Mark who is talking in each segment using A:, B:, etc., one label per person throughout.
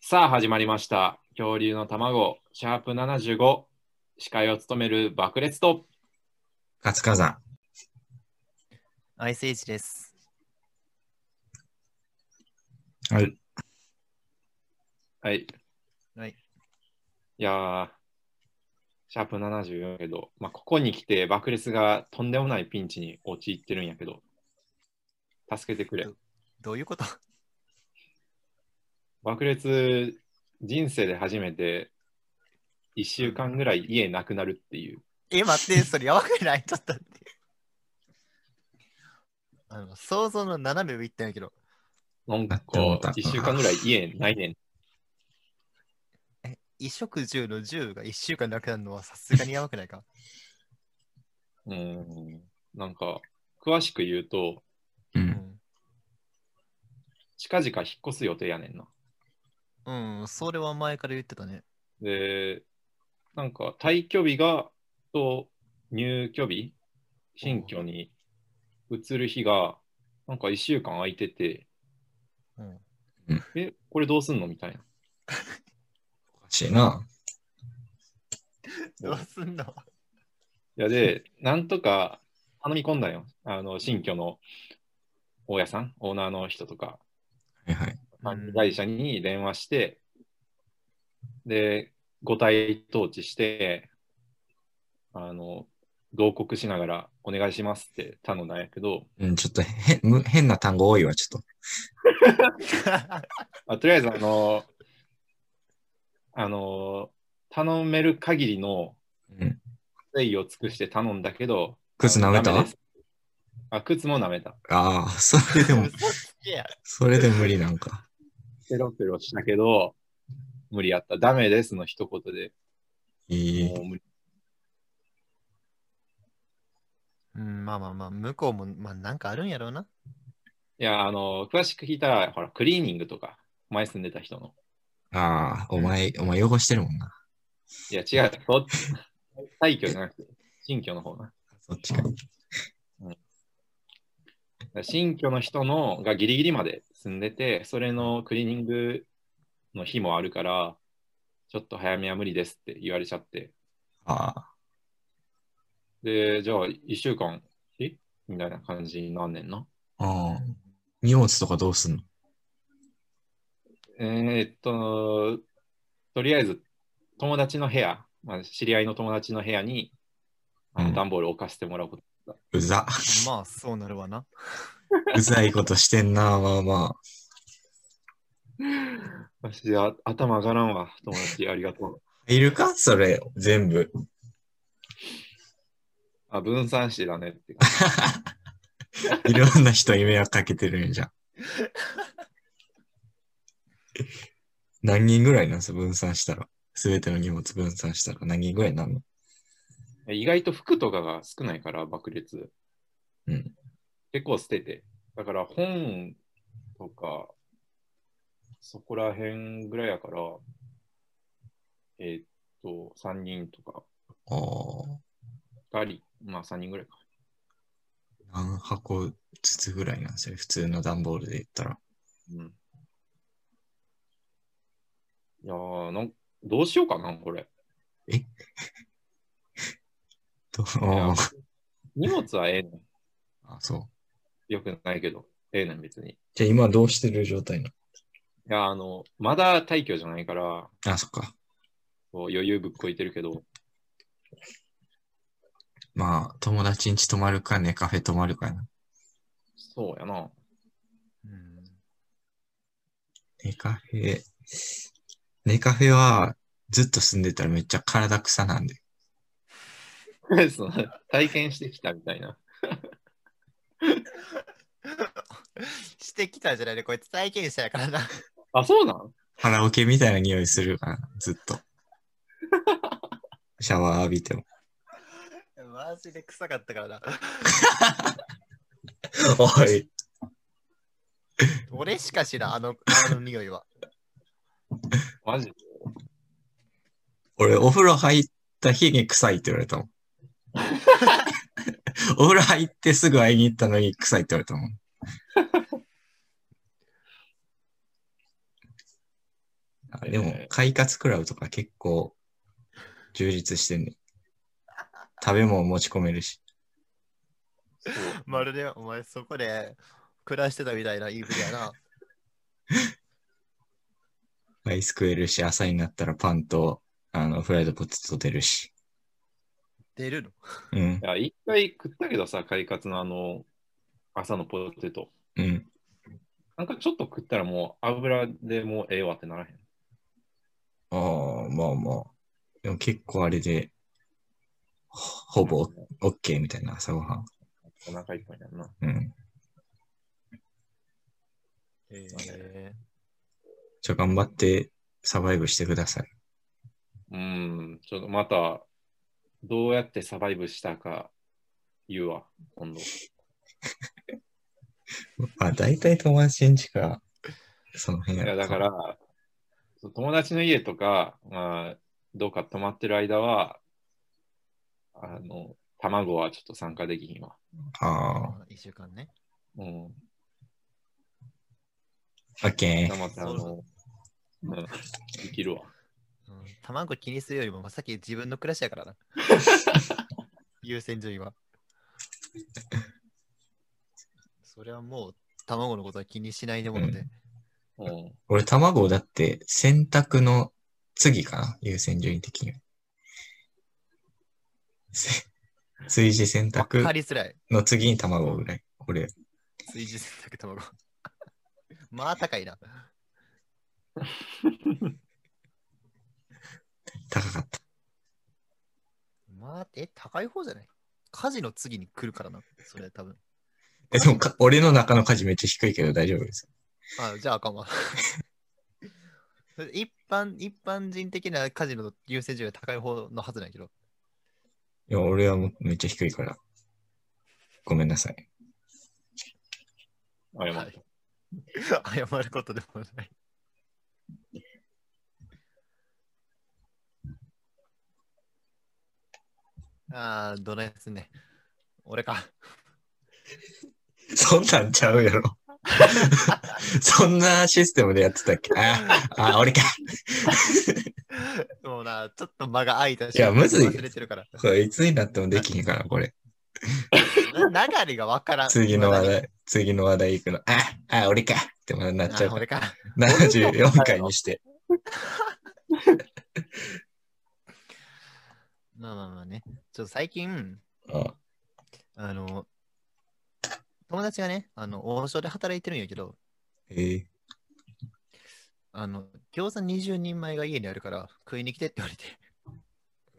A: さあ始まりました恐竜の卵シャープ75司会を務める爆裂と
B: 活火山。
C: アイスエイジです。
B: はい。
A: はい
C: はい
A: いやーシャープ74やけど、まあ、ここに来て爆裂がとんでもないピンチに陥ってるんやけど助けてくれ
C: どういうこと
A: 爆裂人生で初めて1週間ぐらい家なくなるっていう
C: え、待って、それやばくないちょっと待って。あの、想像の斜め上行ったんやけど、
A: なんか
B: なってもうた
A: 1週間ぐらい家ないねん
C: え、衣食住の住が1週間なくなるのはさすがにやばくないか
A: うーんなんか詳しく言うと
B: う。
C: うんん。
A: 近々引っ越す予定やねんな
C: うん、それは前から言ってたね。
A: で、なんか退去日がと入居日、新居に移る日が、なんか1週間空いてて、
C: うん。
A: え、これどうすんのみたいな。
B: おかしいな。
C: どうすんの
A: いやで、なんとか頼み込んだよ。あの、新居の大家さん、オーナーの人とか、
B: はいはい。
A: 管理会社に電話して、で、五体統治して、あの、同国しながらお願いしますって頼んだんやけど、
B: うん、ちょっとへむ変な単語多いわ、ちょっ
A: あとりあえず、あの、あの、頼める限りの
B: と。うん。
A: 誠意を尽くして頼んだけど、
B: 靴舐めた
A: ダメですあ、靴も舐めた。
B: ああ、それでも、
C: 嘘つけや。
B: それで無理なんか。
A: ペロペロしたけど、無理やった。ダメですの一言で、
B: いい。
A: もう無理。
C: うん、まあまあまあ、向こうも、まあなんかあるんやろうな。
A: いや、あの、詳しく聞いたら、ほら、クリーニングとか、前住んでた人の。
B: ああ、お前、お前汚してるもんな。
A: いや、違う。そっ廃墟じゃなくて、新居の方な。
B: そっちか。
A: 新居の人のがギリギリまで住んでて、それのクリーニングの日もあるから、ちょっと早めは無理ですって言われちゃって、
B: ああ、
A: で、じゃあ1週間、えみたいな感じになんねんな。
B: ああ。荷物とかどうすんの
A: えーっと、とりあえず友達の部屋、まあ、知り合いの友達の部屋に、あ
B: う
A: の
B: ん
A: 段ボールを置かせてもらうこと。
B: うざ。
C: まあそうなるわな。
B: うざいことしてんな、 まあま
A: マジであ頭上がらんわ、友達、ありがとう。
B: あ。いるかそれ、全部。
A: あ、分散してだねって感じ。
B: いろんな人に迷惑かけてるんじゃん。何人ぐらいなんす分散したら。すべての荷物分散したら何人ぐらいになんの
A: 意外と服とかが少ないから、爆裂。
B: うん
A: 結構捨てて。だから本とか、そこら辺ぐらいやから、えーっと、3人とか、
B: あ
A: 2人、まあ3人ぐらいか。
B: あ、何箱ずつぐらいなんそれ普通の段ボールで言ったら。
A: うん。いやーなん、どうしようかな、これ。
B: と
A: いや
B: あ
A: 荷物はええねん。
B: あ、そう。
A: よくないけど、ええねん、別に。い
B: じゃあ今どうしてる状態な
A: や、あの、まだ退去じゃないから、
B: のあ、そっか。
A: こう余裕ぶっこいてるけど、
B: まあ、友達ん家泊まるかね、カフェ泊まるかやな。
A: そうやな。
C: うん。
B: ネカフェ、ネカフェはずっと住んでたらめっちゃ体臭なんで。
A: その体験してきたみたいな。
C: してきたんじゃないで、こいつ体験者やからな。
A: あ、そうなん
B: カラオケみたいな匂いするから、ずっ と。シャワー浴びても。
C: マジで臭かったからな。
B: おい。
C: 俺しかしら、あの、あの匂いは。
A: マジ
B: 俺、お風呂入った日に臭いって言われたもん。お風呂入ってすぐ会いに行ったのに臭いって言われたもん。あでも
A: え、
B: 快活クラブとか結構充実してんね。食べ物持ち込めるし。
A: そう
C: まるでお前そこで暮らしてたみたいな言い分やな。
B: アイス食えるし、朝になったらパンと、あの、フライドポテト出るし。
C: 出るの
B: うん
A: い、や一回食ったけどさ、快活のあの、朝のポテト。
B: うん。
A: なんかちょっと食ったらもう油でもうええわってならへん。
B: ああ、まあまあ。でも結構あれで、ほほぼ OK みたいな朝ごはん。
A: お腹いっぱいやんな。
B: うん。
C: え
B: じゃあ頑張ってサバイブしてください。
A: うん、ちょっとまた、どうやってサバイブしたか言うわ、今度。
B: まあ、大体友達んちか、その辺
A: いやだか。ら、そう友達の家とか、まあ、どうか泊まってる間は、あの、卵はちょっと参加できひんわ。
B: あ
C: 1週間ね。
A: うん。
B: あ、OK。
A: たまたあの、うん、できるわ。
C: うん、卵気にするよりも、まあさっき自分の暮らしや からな。優先順位は。それはもう卵のことは気にしないでもので。
A: うん。
B: 俺、卵だって選択の次かな優先順位的には。せ炊事選
C: わ
B: 択
C: かりづらい。
B: の次に卵ぐらい。俺、
C: 炊事洗濯卵。 まあ高いな。
B: 高かった。
C: まあ、え、高い方じゃない家事の次に来るからな。それ多分。
B: え、でもか、俺の中の価値めっちゃ低いけど大丈夫です。
C: あ、じゃああかんわ。それ一般、一般人的な家事の優先順位が高い方のはずなんやけど。
B: いや、俺はもうめっちゃ低いから。ごめんなさい。
A: 謝
C: は
A: っ
C: い謝ることでもない。ああ、どないすんねん。俺か。
B: そんなんちゃうやろ。 そんなシステムでやってたっけあ、あ俺か。
C: もうな、ちょっと間が空いたし、
B: いやむずい
C: 忘れてるから。
B: これいつになってもできへんから、これ。
C: な流れがわからん。
B: 次の話
C: 未だに
B: 題、次の話題行くの。あ、あ、俺かってまだなっちゃう
C: あ
B: から
C: 俺か。
B: 74回にして。
C: まあまあまあね。ちょっと最近、
B: あ
C: あの、友達がね、あの、王将で働いてるんやけど、
B: え
C: あの、餃子20人前が家にあるから食いに来てって言われて。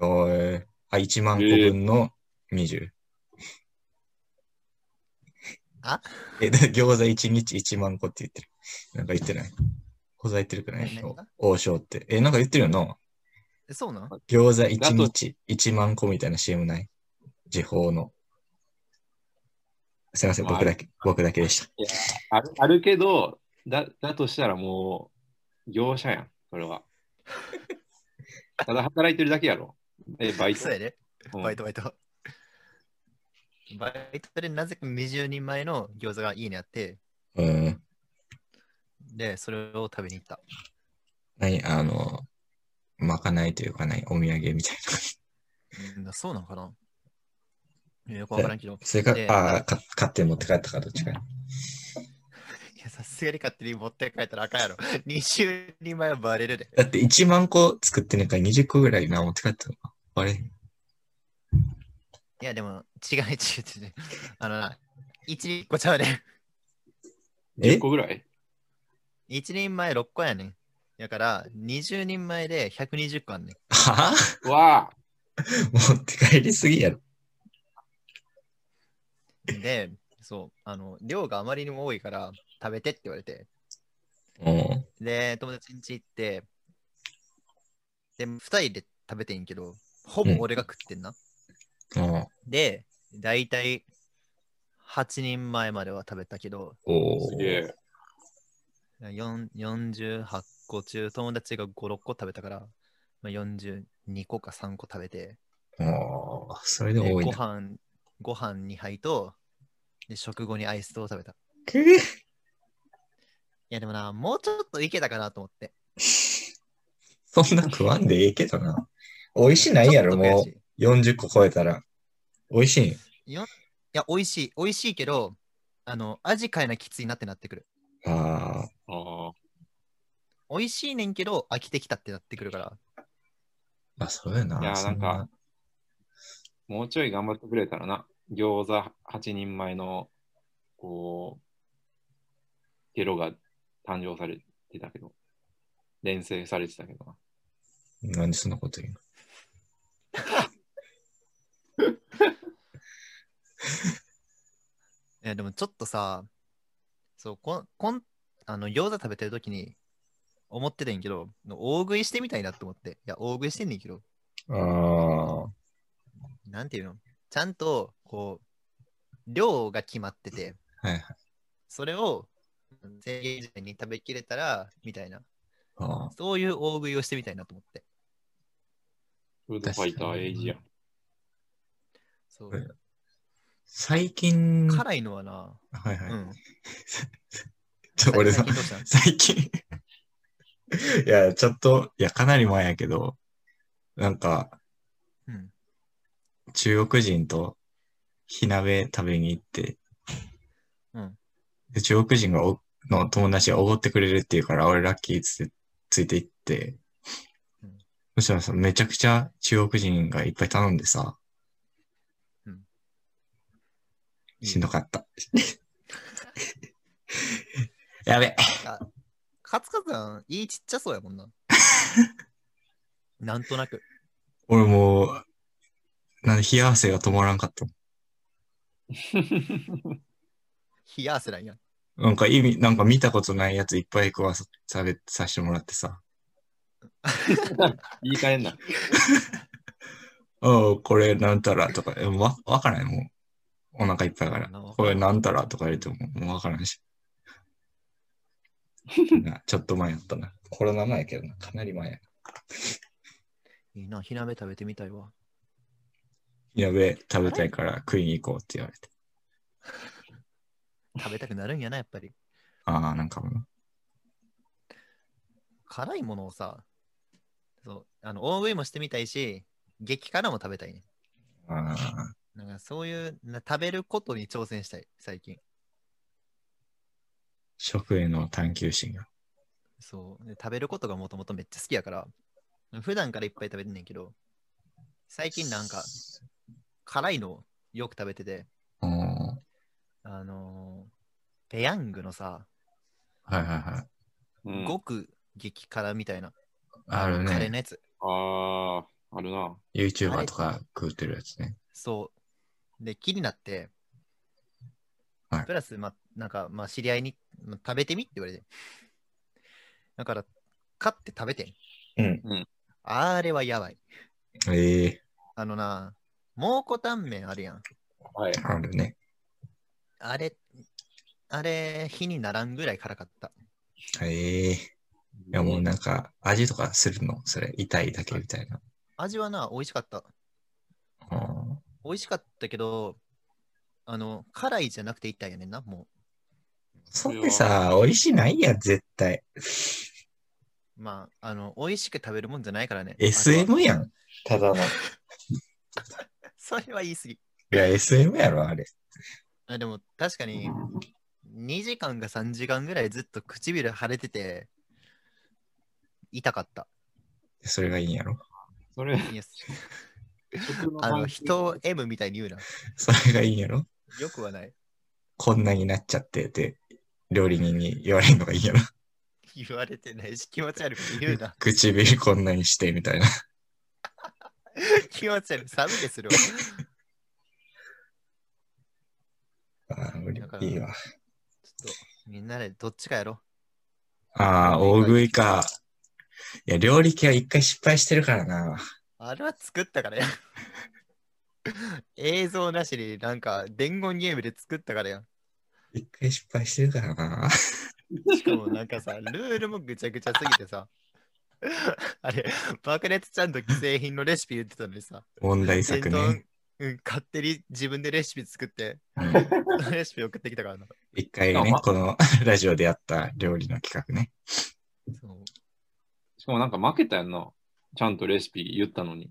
B: ー、おいあ、1万個分の20。
C: あ
B: え、で餃子1日1万個って言ってる。なんか言ってない。ほざいてるくない
C: え何が
B: 王将って。え、なんか言ってるよな。
C: えそうなん
B: 餃子1日1万個みたいな CM ない時報の。すいません、
A: まあ
B: 僕だけ、僕だけでした。
A: あるあるけど、だだとしたらもう、業者やん、それは。 ただ働いてるだけやろ。え、バイト
C: そう。やで。
A: うん
C: バイトバイト。バイトでなぜか20人前の餃子が家にあって、
B: うん。
C: で、それを食べに行った。
B: 何あの、まかないというかない、お土産みたいな。
C: うん、そうなのかなよくわからんけど。
B: それか
C: で、
B: ああ、か買って持って帰ったかどっちか。
C: いや、さすがに勝手に持って帰ったらあかんやろ。20人前はバレるで。
B: だって1万個作ってねんから20個ぐらいな持って帰ったのか。あれ
C: いや、でも、違う違う違う違う。あのな、1人個ちゃうねん。
B: え
A: 10個ぐらい
C: 1人前6個やねん。だから、20人前で120個あんねん。
B: は あ
A: わあ
B: 持って帰りすぎやろ。
C: で、そう、あの、量があまりにも多いから、食べてって言われて。
B: うん。
C: で、友達ん家行って、で、2人で食べてんけど、ほぼ俺が食ってんな。
B: うん。
C: で、だいたい8人前までは食べたけど、
B: お
A: すげ
B: ー
A: え。
C: 4 48個中、友達が5、6個食べたから、まあ、42個か3個食べて、
B: おーそれで
C: で
B: も多い
C: ご
B: な。
C: 飯、ご飯2杯と、で、食後にアイスと食べた。い
B: くぅ
C: や、でもな、もうちょっといけたかなと思って。
B: そんな食わんでええけどな。美味しないやろ、
C: ちょっと悔
B: も
C: しいう
B: 40個超えたら。美味しいん
C: いや、美味しい。美味しいけど、あの、味変えなきついなってなってくる。
B: ああ、
A: ああ、
C: 美味しいねんけど、飽きてきたってなってくるから。
B: まあそうやな。
A: いや
B: そ
A: なんもうちょい頑張ってくれたらな。餃子8人前の、こう、ゲロが誕生されてたけど、連成されてたけどな。
B: なんでそんなこと言うの
C: いや、でもちょっとさ、そう、こん、こん、あの、餃子食べてるときに、思ってたんやけど、大食いしてみたいなと思って。いや、大食いしてんねんけど、
B: ああ、
C: なんていうのちゃんと、こう、量が決まってて、
B: はいはい。
C: それを制限時間に食べきれたら、みたいな。
B: ああ
C: そういう大食いをしてみたいなと思って。
A: フードファイターエイジアン。
C: そ
B: うん
C: う。
B: 最近、はい
C: 辛いのはな、
B: はい。
C: うん。
B: ちょ俺
C: さ
B: さ
C: 最、近どうしたの
B: 最近 いや、ちょっと、いや、かなり前やけど、なんか、
C: うん。
B: 中国人と火鍋食べに行って、
C: うん
B: で中国人がおの友達がおごってくれるっていうから、俺ラッキーっつってついて行って
C: うん、
B: そしたらさ、めちゃくちゃ中国人がいっぱい頼んでさ、
C: うん
B: しんどかった。やべ。
C: あカツカツさん、いいちっちゃそうやもん な。なんとなく。
B: 俺もう、なんで冷や汗が止まらんかった。
C: 冷や汗なんや。
B: なんか意味、なんか見たことないやついっぱい食わさされさせてもらってさ。
A: 言い換えんな。
B: おうこれなんたらとか、えわ、わからんよ、もう。お腹いっぱいやから。
C: なるほど
B: これなんたらとか言っても、もうわから んし。なちょっと前やったな。コロナ前やけどな。かなり前や。
C: いいな、火鍋食べてみたいわ。
B: やべえ、食べたいから食いに行こうって言われて。
C: 食べたくなるんやな、やっぱり。
B: ああ、なんかもう。
C: 辛いものをさ、そう、あの、大食いもしてみたいし、激辛も食べたいね。
B: ああ、
C: なんかそういう、な食べることに挑戦したい、最近。
B: 食への探求心が。
C: そう。で食べることがもともとめっちゃ好きやから、普段からいっぱい食べてんねんけど、最近なんか辛いのをよく食べてて、
B: うん。はい
C: あのーペヤングのさ、
B: はいはい。
A: うん、
C: 極激辛みたいな、
B: ある
C: カレー
B: ね。
C: のやつ。
A: ああ、あるな。
B: YouTuber とか食うてるやつね。
C: そう。で、気になって、
B: はい
C: プラス、まあ、なんか、まあ、知り合いに、まあ食べてみって言われて。だから、買って食べてん。
B: うん
A: うん
C: あれはやばい。
B: ええ
C: あのな、蒙古タンメンあるやん。
A: はい。
B: あるね。
C: あれ、あれ、火にならんぐらい辛かった。
B: ええい
A: い
B: やもうなんか、味とかするのそれ、痛いだけみたいな。
C: 味はな、美味しかった。
B: あー
C: 美味しかったけど、あの、辛いじゃなくていったんやねんな、も
B: それさ、美味しないやん、絶対。
C: う。まあ、あの、美味しく食べるもんじゃないからね。
B: SM や
C: あれ
B: ん。ただの。い
C: は。 それは言い過ぎ。
B: や、SM やろ、あれ。
C: あでも、確かに、2時間か3時間ぐらいずっと唇腫れてて、痛かった。
B: それがいいんやろ。
A: それ、
C: いや
A: 食の
C: あの、
A: 関係
C: 人を M みたいに言うな。
B: それがいいんやろ。
C: よくはない。
B: こんなになっちゃってって、料理人に言われるのがいいんやろ。
C: 言われてないし、気持ち悪く言うな。
B: 唇こんなにして、みたいな。
C: 気持ち悪い。寒いでするわ。
B: あー無理
C: だから
B: いいわ。
C: ちょっと、みんなでどっちかやろ。
B: ああ、大食いか。いや、料理系は一回失敗してるからな。
C: あれは作ったからや。映像なしになんか伝言ゲームで作ったからや。
B: 一回失敗してるからな。
C: しかもなんかさ、ルールもぐちゃぐちゃすぎてさ。あれ、爆裂ちゃんと既製品のレシピ言ってたのにさ。
B: 問題作
C: 伝
B: ね
C: 言。うん、勝手に自分でレシピ作って、
B: うん
C: レシピ送ってきたからな。
B: 一回
A: あ
B: ね
A: ま、
B: このラジオでやった料理の企画ね。
C: そう
A: しかもなんか負けたやんな。ちゃんとレシピ言ったのに。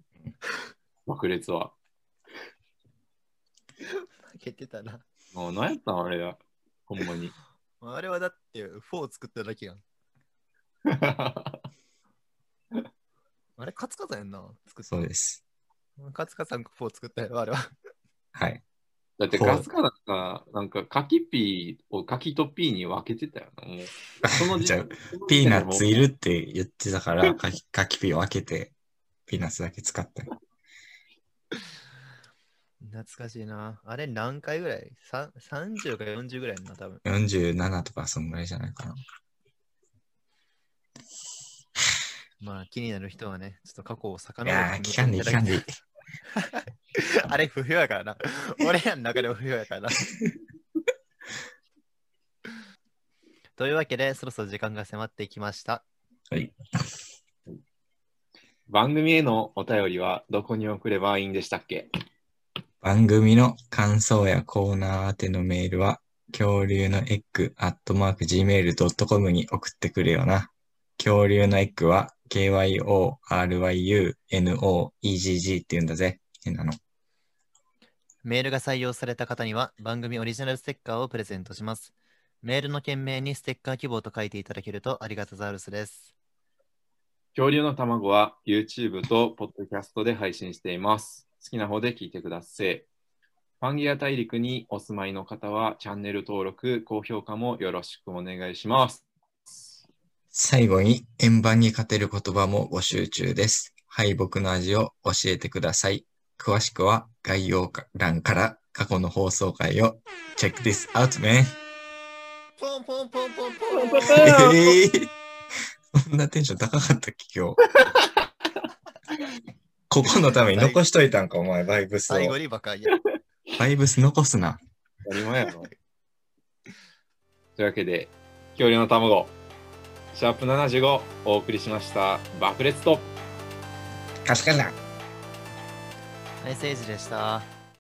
A: 爆裂は。
C: 負けてたな。
A: あ何やったんあれや。ほんま に。
C: あれはだって、フォー作っただけやん。あれ、カツカツやんな。作っ
B: そうです。
C: たカツカツさんがフォー作ったやろ、あれは。
B: はい。
A: だって
B: そう
A: ガスカなんか、なんか柿ピーを柿とピーに分けてたよな。もうその時
B: じゃあ
A: 点でもう
B: ピーナッツいるって言ってたから、かきかきピーを分けて、ピーナッツだけ使った。
C: 懐かしいな。あれ、何回ぐらいさ ?30 か40ぐらいやんな、多分。
B: 47とかそんぐらいじゃないかな。
C: まあ、気になる人はね、ちょっと過去を遡
B: いやー、
C: 見て
B: 聞かんでいい、
C: た
B: 聞
C: だ
B: かん
C: き
B: でいい。
C: あれ、不評やからな。俺らの中でも不評やから な。というわけで、そろそろ時間が迫ってきました。
A: 番組へのお便りはどこに送ればいいんでしたっけ
B: 番組の感想やコーナー宛てのメールは、恐竜のエッグアットマーク Gmail.com に送ってくれよな。恐竜のエッグは KYORYUNOEGG って言うんだぜ。変なの。
C: メールが採用された方には、番組オリジナルステッカーをプレゼントします。メールの件名にステッカー希望と書いていただけるとありがたザウルスです。
A: 恐竜の卵は YouTube と Podcast で配信しています。好きな方で聞いてください。パンギア大陸にお住まいの方はチャンネル登録、高評価もよろしくお願いします。
B: 最後に円盤に勝てる言葉も募集中です。敗北の味を教えてください。詳しくは概要欄から過去の放送回をチェック this out, man!
C: ポンポンポンポン
A: ポン
C: ポ
A: ポン
C: ン
B: えーそんなテンション高かったっけ、 今日。ここのために残しといたんか、お前、バイブスを
C: 最。後にバカ言え
B: バイブス残すな。
A: 当たり前やろ。というわけで、恐竜の卵、シャープ75お送りしました。爆裂と
B: カスカラ。
C: はい、セイジでした。